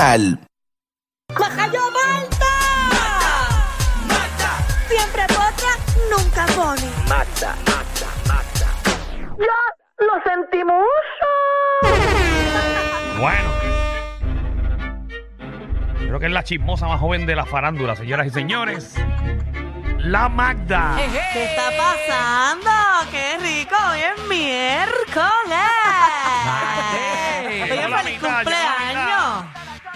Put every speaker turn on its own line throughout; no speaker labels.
Digital.
¡Majayo Malta! ¡Mata! ¡Mata! Siempre potra, nunca pone.
Mata, mata, mata.
¡Ya lo sentimos!
Bueno. Creo que es la chismosa más joven de la farándula, señoras y señores. La Magda.
¿Qué está pasando? ¡Qué rico! ¡Hoy es miércoles! ¡Oye,
Hola,
feliz
Magda,
cumpleaños!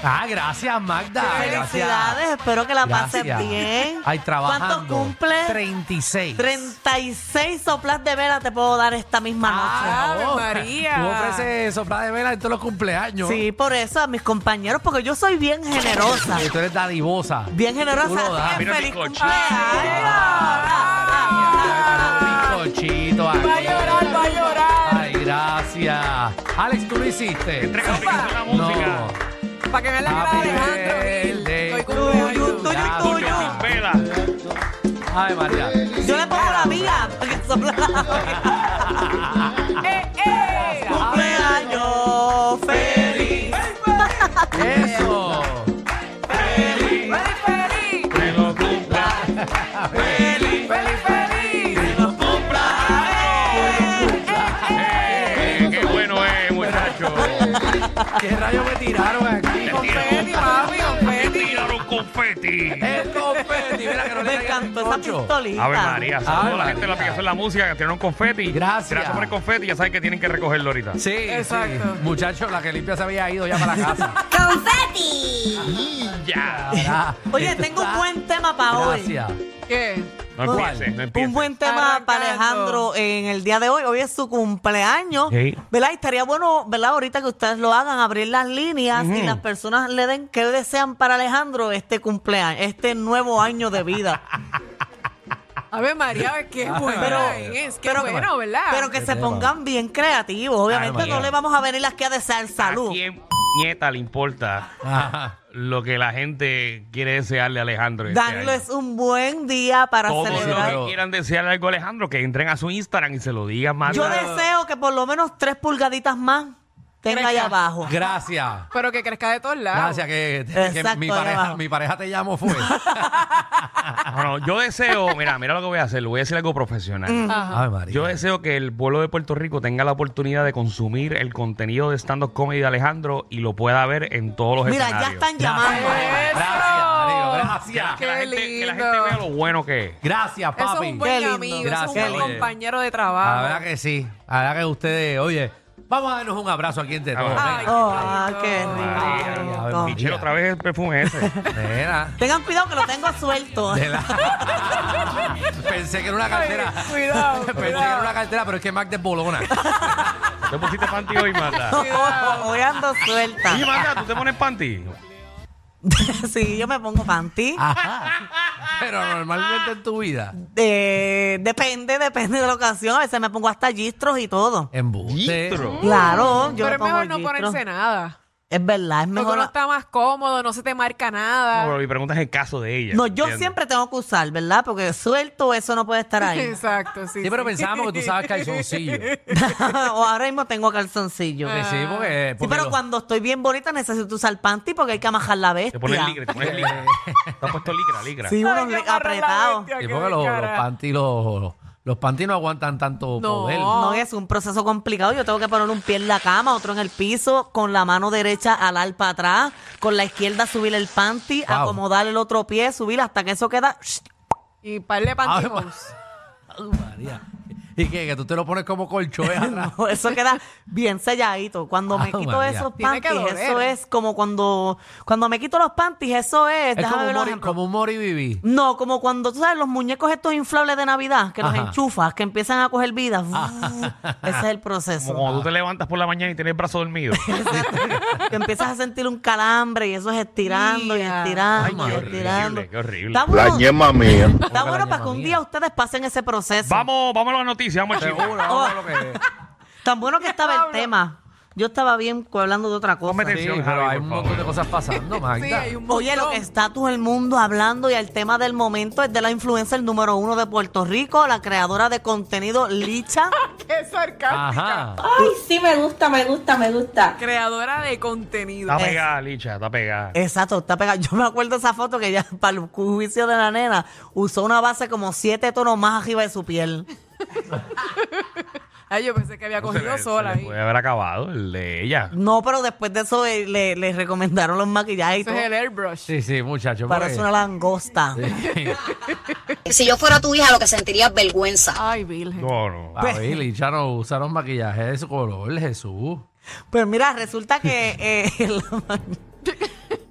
Ah, gracias, Magda.
Felicidades,
Gracias.
espero que la pases
Gracias.
bien.
Ay, trabajando.
¿Cuánto cumple?
36.
36 soplas de vela te puedo dar esta misma
Ah,
noche.
oh,
María.
Tú ofreces sopa de vela en todos los cumpleaños.
Sí, por eso a mis compañeros, porque yo soy bien generosa.
Y tú eres dadivosa.
Bien
Tú
generosa.
lo das.
Así que
Mira
¡Feliz
qué cochino.
cumpleaños! Ah, ah, ah, ah, ah.
Un bizcochito aquí.
Va a llorar, va a llorar.
Ay, gracias. Alex, tú lo hiciste.
Entrega lo que hizo la
No.
música.
Para que vean la cara
Happy
de Alejandro.
birthday.
Estoy con
Tuyo,
Dios.
tuyo y
Tuyo.
Porque
tuyo.
sin vela.
Ay, María.
Yo le pongo la mía, porque sopla la mía.
¡Eh, eh!
¡Cumpleaños feliz!
Eso.
¡Feliz, feliz!
Que lo cumpla.
¡Feliz, feliz!
Eh, ¡Qué bueno es, muchachos!
eh,
¿Qué rayos me tiraron aquí?
¡Confeti, mami,
eh,
confeti!
¡Tiraron confeti!
El confeti. Mira que no le
Me
caiga el
encantó esa
bizcocho.
pistolita.
A ver, María, saludos a la
María.
gente de la aplicación La Música que tiraron confeti.
Gracias.
Gracias por el confeti. Ya saben que tienen que recogerlo ahorita.
Sí,
Exacto.
sí. Muchachos, la que limpia se había ido ya para la casa.
¡Confeti!
¡Ya!
Ah,
Oye,
esto
tengo
está-
un buen tema para hoy.
Gracias.
¿Qué?
No empieces, no empieces.
Un buen tema
Arrancando.
para Alejandro en el día de hoy. Hoy es su cumpleaños.
Sí.
¿Verdad? Y estaría bueno, ¿verdad? Ahorita que ustedes lo hagan, abrir las líneas y las personas le den qué desean para Alejandro este cumpleaños, este nuevo año de vida.
A ver, María, a ver, qué buena
pero-
es. Qué bueno, ¿verdad?
Pero que se
tema.
pongan bien creativos. Obviamente
María.
no le vamos a venir las que a desear
¿A
salud.
quién nieta le importa
Ajá.
lo que la gente quiere desearle a Alejandro? este
Danilo,
año?
es un buen día para
Todos
celebrar.
los que quieran desearle algo a Alejandro, que entren a su Instagram y se lo digan más.
Yo deseo que por lo menos tres pulgaditas más tenga ahí
Crezca.
abajo.
Gracias.
Pero que crezca de todos lados.
Gracias que, que
Exacto,
mi,
ahí
pareja,
abajo.
mi pareja te llamó fue.
Ah, No, no, yo deseo, mira, mira lo que voy a hacer, le voy a decir algo profesional.
Mm.
Ay, María.
Yo deseo que el pueblo de Puerto Rico tenga la oportunidad de consumir el contenido de stand-up comedy de Alejandro y lo pueda ver en todos los
Mira, ya
escenarios.
están
Gracias,
llamando.
María.
Eso.
gracias, Danilo,
Que la,
gracias.
que la
Qué
gente, que la
lindo.
gente vea lo bueno que es.
Gracias, papi.
Eso es un
Qué
buen
lindo.
amigo, eso
Gracias,
es un buen
oye.
compañero de
La
trabajo.
verdad que sí. La verdad que ustedes, oye, vamos a darnos un abrazo aquí entre todos.
Ay,
venga.
Oh, ah, qué
María,
rico.
María.
Michelle, otra vez el perfume ese.
Nena,
Tengan cuidado que lo tengo suelto.
de la- Pensé que era una cartera.
Ay, cuidado,
Pensé que era
cuidado.
una cartera, pero es que Mac desbolona.
¿Te pusiste panty hoy, Marta?
Hoy ando suelta.
Oye, Marta, ¿tú te pones panty?
sí, yo me pongo panty.
Ah.
Ajá. Pero normalmente en tu vida.
Eh, depende, depende de la ocasión. A veces me pongo hasta gistros y todo.
Embuste.
Distro.
Claro, yo
Mm, Pero
me
es
pongo
mejor no
gistros.
ponerse nada.
Es verdad, es
Porque
mejor.
uno
No,
está más cómodo, no se te marca
No,
nada.
pero mi pregunta es el caso de ella.
Ah. yo
¿entiendes?
siempre tengo que usar, ¿verdad? Porque suelto eso no puede estar ahí.
Exacto, sí.
Sí, pero pensábamos que tú usabas calzoncillo. Sí,
o ahora mismo tengo calzoncillo.
Ah.
sí, porque.
Sí,
porque
pero
lo-
cuando estoy bien bonita necesito usar panty porque hay que amajar la
Te
bestia.
pones ligra, te pones ligra. Te has puesto ligra, ligra.
Sí,
Ay,
unos
qué
le-
amarra la
apretados.
bestia,
Sí,
qué
porque los, los
descarada.
panty los, los panty no aguantan tanto
No.
poder.
No, es un proceso complicado. Yo tengo que poner un pie en la cama, otro en el piso, con la mano derecha alar para atrás, con la izquierda subir el panty,
Wow.
acomodar el otro pie, subir hasta que eso queda.
Y par de
Ay,
panticos.
Ay, María. Y que, que tú te lo pones como colchón eh, atrás.
No, eso queda bien selladito. Cuando me
Ah,
quito
María.
esos
Tiene que
panties, eso
doler.
es como cuando cuando me quito los panties, eso es.
Es
déjame
como
ver un
un, mori,
ejemplo.
como un moribibi.
No, como cuando tú sabes los muñecos estos inflables de Navidad que
Ajá.
los enchufas, que empiezan a coger vida. Ese es el proceso.
Como cuando tú te levantas por la mañana y tienes el brazo dormido.
que empiezas a sentir un calambre y eso es estirando y
Mira.
Ay,
estirando
qué
y estirando.
horrible, qué horrible.
Está bueno,
ñema mía.
está bueno
la
para que un
ñema
día ustedes pasen ese proceso.
Vamos, vamos a las noticias, vamos al
Oh.
chisme.
vamos a lo que
Tan bueno que estaba el tema. Yo estaba bien hablando de otra cosa.
Ponme
Sí,
atención,
pero
Javi,
hay
por
un montón de
favor.
cosas pasando,
Sí,
Magda.
hay un montón.
Oye, lo que está todo el mundo hablando y el tema del momento es de la influencer número uno de Puerto Rico, la creadora de contenido Licha
Qué sarcástica.
Ajá.
Ay, sí, me gusta, me gusta, me gusta.
Creadora de contenido.
Está pegada, Licha, está pegada.
Exacto, está pegada. Yo me acuerdo esa foto que ya para el juicio de la nena usó una base como siete tonos más arriba de su piel.
Ay, yo pensé que había
No, se
cogido
le- se
sola.
le
ahí.
puede haber acabado el de ella.
No, pero después de eso eh, le, le recomendaron los maquillajes y
Ese
todo.
es el airbrush.
Sí, sí, muchacho.
Parece una
porque-
langosta.
Si yo fuera tu hija, lo que sentiría es vergüenza.
Ay, virgen.
No, no.
A ver, Licha no usaron maquillaje de su color, Jesús.
Pues mira, resulta que eh, en, la ma-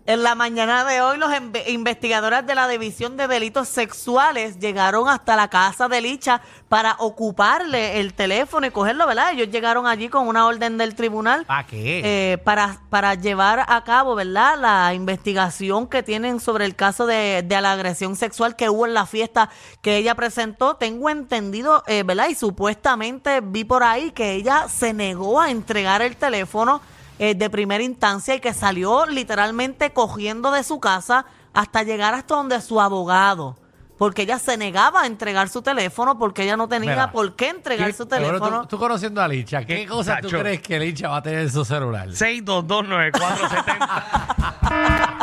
en la mañana de hoy los inve- investigadores de la División de Delitos Sexuales llegaron hasta la casa de Licha para ocuparle el teléfono y cogerlo, ¿verdad? Ellos llegaron allí con una orden del tribunal
¿Para qué?
eh, para, para llevar a cabo, ¿verdad? La investigación que tienen sobre el caso de, de la agresión sexual que hubo en la fiesta que ella presentó. Tengo entendido, eh, ¿verdad? Y supuestamente vi por ahí que ella se negó a entregar el teléfono eh, de primera instancia y que salió literalmente cogiendo de su casa hasta llegar hasta donde su abogado. Porque ella se negaba a entregar su teléfono porque ella no tenía
Mira,
por qué entregar
¿Qué-
su
Pero tú-
teléfono.
Tú, conociendo a Licha, ¿qué
¿Qué,
cosa tú
tacho?
crees que Licha va a tener en su celular?
6229470.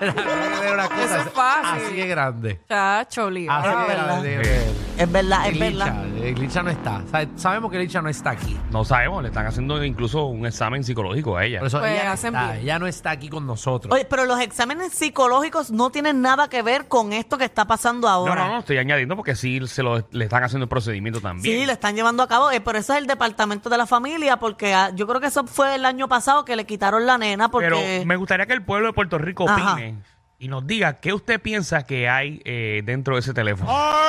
Era una cosa
Eso es fácil.
Así de grande.
Chacho, obligado.
Así de
verdad.
grande.
Es verdad,
Y
es verdad.
Licha, eh, Licha no está. Sabe- Sabemos que Licha no está aquí.
no sabemos, le están haciendo incluso un examen psicológico a ella.
Por eso
Pues
ella, no
hacen
está,
bien.
ella no está aquí con nosotros.
Oye, pero los exámenes psicológicos no tienen nada que ver con esto que está pasando
No,
ahora.
no, no, estoy añadiendo porque sí se lo, le están haciendo el procedimiento también.
Sí, lo están llevando a cabo, eh, pero eso es el departamento de la familia, porque ah, yo creo que eso fue el año pasado que le quitaron la nena, porque
Pero me gustaría que el pueblo de Puerto Rico
Ajá.
opine y nos diga qué usted piensa que hay eh, dentro de ese teléfono.
Oh.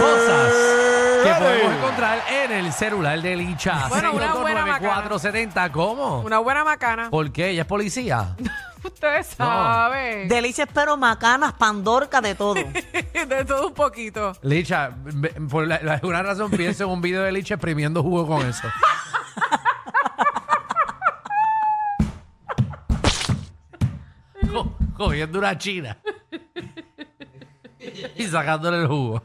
Cosas que podemos encontrar en el celular de Licha.
Bueno, una buena
470 ¿Cómo?
Una buena macana.
¿Por qué? ¿Ella es policía?
Ustedes saben.
Delicia espero macanas, pandorca, de todo.
de todo un poquito.
Licha, ve- por la- la- alguna razón pienso en un video de Licha exprimiendo jugo con eso. Co- Cogiendo una china y sacándole el jugo.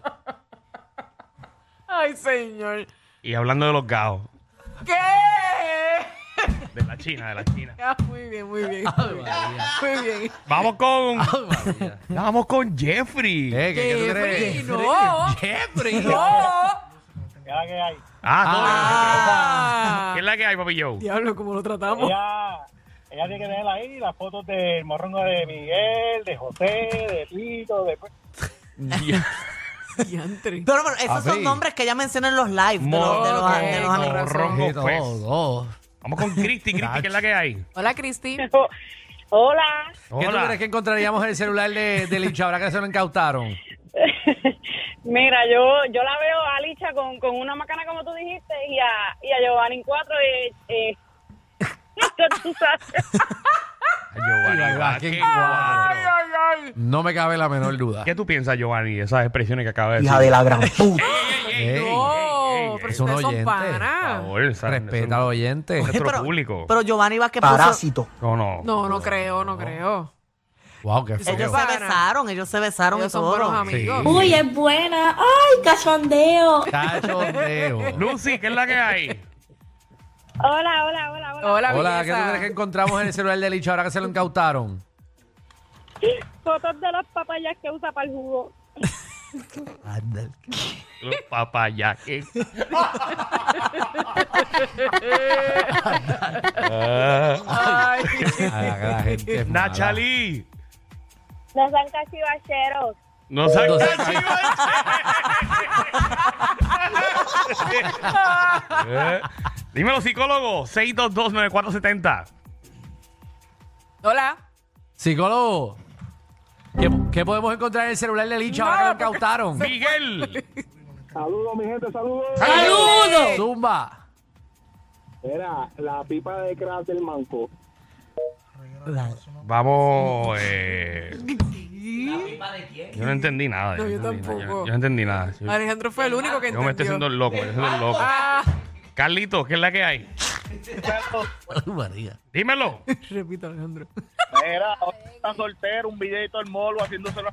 Ay, señor.
Y hablando de los gajos,
¿Qué?
de la China, de la China.
Ah, muy bien, muy bien. Muy bien. Muy bien.
Vamos con.
Ay, Ah, María. ¿Eh?
Vamos con Jeffrey.
¿Qué? ¿Qué, qué tú
Jeffrey,
crees?
no.
Jeffrey.
¡No!
Ah, todo bien.
Ah.
¿Qué es la que hay, papi Joe?
Diablo, ¿cómo lo tratamos?
Ella, ella tiene que tener ahí las fotos del morrongo de Miguel, de José, de Tito, de...
Diantre.
Pero, pero esos son
Así.
nombres que ella menciona en los lives de los, de los- de los amigos.
Morrongo,
Sí,
pues.
todo.
Vamos con Cristi, Cristi, ¿qué es la que hay?
Hola, Cristi.
Hola,
¿Qué tú crees que encontraríamos en el celular de, de Licha ahora que se lo incautaron?
mira, yo yo la veo a Licha con, con una macana como tú dijiste y a, y a Giovanni en cuatro. Eh, eh, ya tú sabes.
Ay, Giovanni
Ay,
Vázquez.
qué
Ay, ay.
No me cabe la menor duda.
¿Qué tú piensas, Giovanni, de esas expresiones que acaba de decir?
la gran puta.
Ey,
ey,
No,
ey,
Oh, pero
es un
ustedes son
oyente,
Por
panas.
favor, esa-
Respeta al
eso-
oyente.
Oye,
Pero-
público.
Pero Giovanni Vázquez puso-
Parásito.
No, no.
No, no creo, no creo.
Wow, qué
Ellos
feo.
se
Para.
besaron, ellos se besaron y
Ellos son
todo.
buenos amigos.
Sí.
Uy, es buena. Ay, cachondeo.
Cachondeo.
Lucy, ¿qué es la que hay?
Hola, hola, hola, hola.
Hola,
Hola, ¿qué tú
belleza.
crees que encontramos en el celular de Licha ahora que se lo incautaron?
Fotos de las papayas que usa para el jugo.
Los papayaques.
Ay,
Ah, que la gente es mala.
Nachalí.
No son cachivacheros.
No seas
No seas
cachivache. Eh, Dímelo, psicólogo. 6229470.
hola.
Psicólogo, ¿qué, qué podemos encontrar en el celular de Licha ahora que lo
pues,
incautaron?
Miguel.
Saludos, mi gente, saludos.
¡Saludos! Zumba.
Era la pipa de crack del manco.
Vamos. Eh... Yo no entendí nada.
No, yo
entendí nada,
tampoco.
Yo, yo no entendí nada. Yo,
Alejandro fue el único que
yo me estoy haciendo
entendió.
el loco. me estoy haciendo el loco.
Ah,
Carlitos, ¿qué es la que hay?
Ay, María.
Dímelo.
repito, Alejandro.
Era, está soltero, un videito al molo haciéndoselo.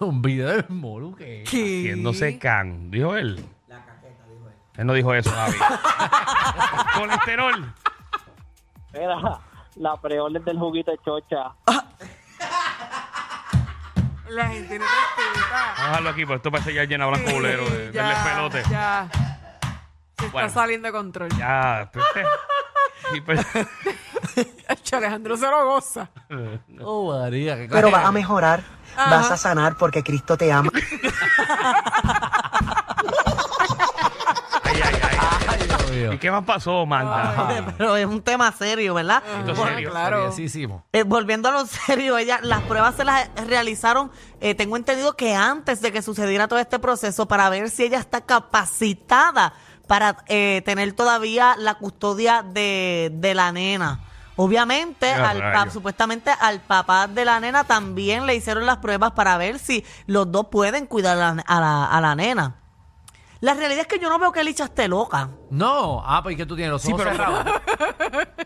Un video del Moru que...
Haciéndose can, dijo él. La caqueta, dijo él. Él no dijo eso, Javi. Colesterol.
Era la preorden del juguito de chocha.
La gente no respeta.
Vamos a dejarlo aquí, porque esto parece ya llena blanco bolero de darle pelote. Ya.
Ya. Se está
Bueno.
saliendo de control.
pues, sí, pues,
Ach, Alejandro se lo goza.
Oh, María, qué
Pero vas
clase-
a mejorar, vas a sanar porque Cristo te ama.
ay, ay, ay.
Ay, Dios mío.
¿Y qué más pasó, Magda?
Pero es un tema serio, ¿verdad?
Esto es
Bueno,
serio.
claro.
Sí, hicimos.
Eh, volviendo a lo serio, ella, las pruebas se las realizaron, eh, tengo entendido que antes de que sucediera todo este proceso, para ver si ella está capacitada para eh, tener todavía la custodia de, de la nena. Obviamente,
Ya,
al
rayo.
pa- supuestamente al papá de la nena también le hicieron las pruebas para ver si los dos pueden cuidar a la, a la- a la nena. La realidad es que yo no veo que Licha esté loca.
No. Ah, pues ¿y qué tú tienes los ojos cerrados.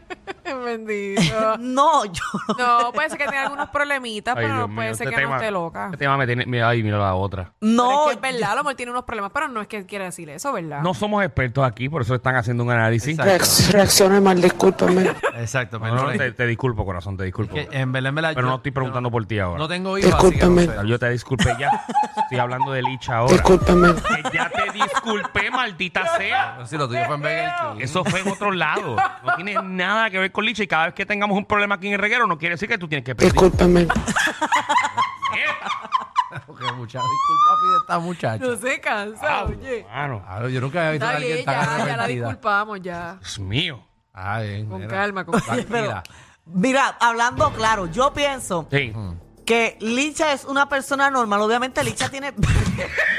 Bendito.
No, yo
No, puede ser que tenga algunos problemitas,
Ay,
pero
Dios
no
mío,
puede ser
este
que no
tema-
esté loca.
Este tema me tiene. Mira, ay, mira la otra.
Pero
no.
es que es verdad, a lo mejor tiene unos problemas, pero no es que quiera decir eso, ¿verdad?
No somos expertos aquí, por eso están haciendo un análisis.
Exacto.
Reacciones mal, discúlpame.
Exacto.
No, no,
perdón.
te, te disculpo, corazón, te disculpo.
Que en verdad, en verdad,
Pero
yo-
no estoy preguntando
yo
por ti
no-
ahora.
No tengo hijos, así que no
Discúlpame.
sé.
Yo te disculpé ya. Estoy hablando de Licha ahora.
Discúlpame.
Que Ya te disculpé, maldita sea.
No sé si lo tuyo fue en Burger King.
Eso fue en otro lado. No tiene nada que ver con Licha. Y cada vez que tengamos un problema aquí en el reguero, no quiere decir que tú tienes que pedir.
Discúlpame.
Porque mucha disculpa pide esta muchacha.
No se cansa,
Ah,
oye.
mano,
Claro, yo nunca había visto a
Está
alguien
bien,
tan
ya, ya la
arrepentida.
disculpamos, ya.
Dios mío.
Ah, bien,
Con
mira.
calma, con calma.
Tranquila.
Mira, hablando claro, yo pienso
Sí.
que Licha es una persona normal. Obviamente Licha tiene...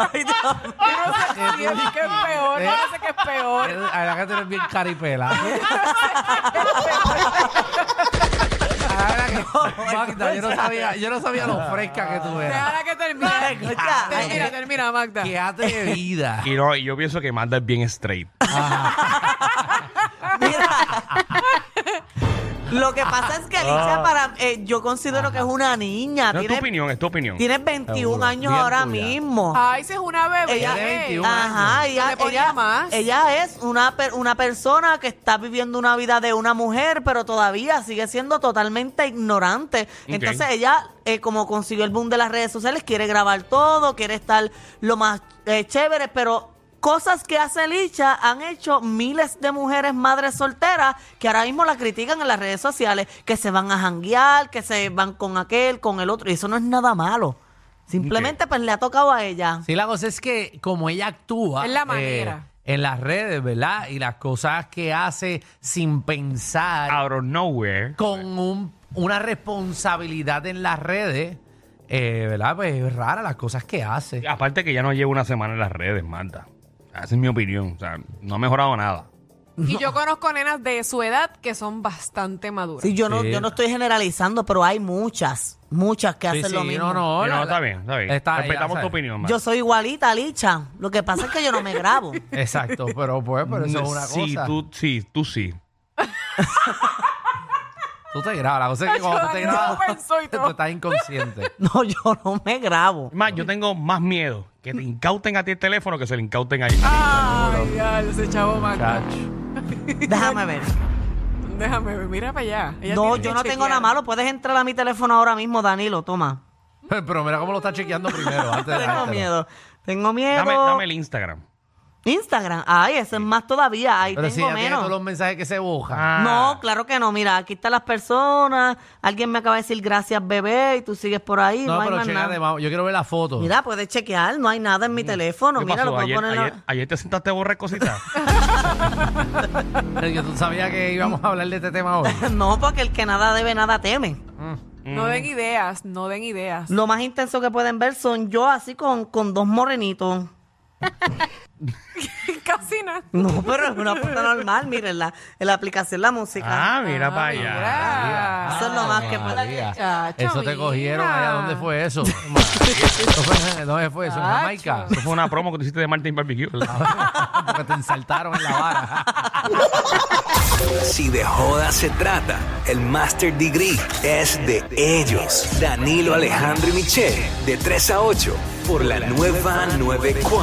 Ay, Dios.
Yo no sé si es eh, que es
Eh,
peor, yo no sé qué es peor.
Eres- A la que tú eres bien caripela. A la que- Magda, yo no sabía, yo no sabía lo fresca que tú eras.
Déjala que termine.
Escucha,
Termina, termina, Magda.
Qué atrevida.
Y no, y yo pienso que Magda es bien straight.
Ah,
Mira. Lo que pasa es que Licha para... eh, yo considero que es una niña.
Ah. No es tu
Tiene,
opinión, es tu opinión.
tiene 21 años
Bien
ahora
tuya.
mismo.
Ay, si es una bebé.
Ella-
eh.
21.
Ajá,
años.
ella,
Se le ponía
ella-
más.
ella es una, per- una persona que está viviendo una vida de una mujer, pero todavía sigue siendo totalmente ignorante.
Ok.
Entonces ella, eh, como consiguió el boom de las redes sociales, quiere grabar todo, quiere estar lo más eh, chévere, pero... Cosas que hace Licha han hecho miles de mujeres madres solteras que ahora mismo la critican en las redes sociales, que se van a janguear, que se van con aquel, con el otro, y eso no es nada malo. Simplemente pues le ha tocado a ella.
Sí, la cosa es que como ella actúa eh,
Es la manera.
en las redes, ¿verdad? Y las cosas que hace sin pensar,
Out of nowhere.
con un- una responsabilidad en las redes, eh, ¿verdad? Pues es rara las cosas que hace.
Aparte que ya no llevo una semana en las redes, Magda. Esa es mi opinión. O sea, no ha mejorado nada.
Y yo conozco nenas de su edad que son bastante maduras.
Sí, yo no,
Sí.
yo no estoy generalizando, pero hay muchas, muchas que
Sí,
hacen
sí,
lo mismo.
No, no,
Sí,
la-
no, está bien, está bien.
está-
Respetamos
ya
tu
sabes.
opinión, Magda.
Yo soy igualita, Licha. Lo que pasa es que yo no me grabo.
Exacto, pero pues, pero eso es una
sí,
cosa. Tú,
Tú, sí, tú sí.
te grabas, la cosa es que cuando tú te
Yo
grabas,
pensó y todo.
tú estás inconsciente.
No, yo no me grabo.
Es Más, yo tengo más miedo que te incauten a ti el teléfono que se le incauten a ella.
Ay, ya, ese chavo Magda.
Chacho.
Déjame ver.
Déjame ver, mira para allá. Ella
No,
tiene
yo
que
no tengo
chequear.
nada malo. Puedes entrar a mi teléfono ahora mismo, Danilo. Toma.
Pero mira cómo lo está chequeando primero. Antes de
Tengo
dártelo.
miedo. Tengo miedo.
Dame, dame el Instagram.
Instagram. Ay, eso es más todavía. Ahí
Pero si
tengo
ya tiene
menos.
todos los mensajes que se bojan.
Ah,
No, claro que no. Mira, aquí están las personas. Alguien me acaba de decir gracias, bebé, y tú sigues por ahí. No,
No,
hay
pero
más nada.
chécate, vamos, yo quiero ver la foto.
Mira, puedes chequear, no hay nada en mi teléfono.
¿Qué
Mira, lo puedo
pasó? Ayer,
poner.
ayer- ayer te sentaste a borrar cositas.
Yo tú sabías que íbamos a hablar de este tema hoy.
No, porque el que nada debe, nada teme.
No den
Mm.
ideas, no den ideas.
Lo más intenso que pueden ver son yo así con, con dos morenitos.
Casi pena.
No, pero es una puerta normal, miren, la, en la aplicación la música.
Ah, mira para allá.
mira.
Eso es lo más que puede-
María.
Chacho,
Eso te
mira.
cogieron allá. ¿Dónde fue eso? Eso fue- ¿Dónde fue eso? ¿En Jamaica?
Eso fue una promo que tú hiciste de Martin Barbecue. ¿verdad?
Porque te ensaltaron en la vara.
Si de joda se trata, el Master Degree es de ellos. Danilo Alejandro y Michelle, de 3 a 8, por la nueva 94.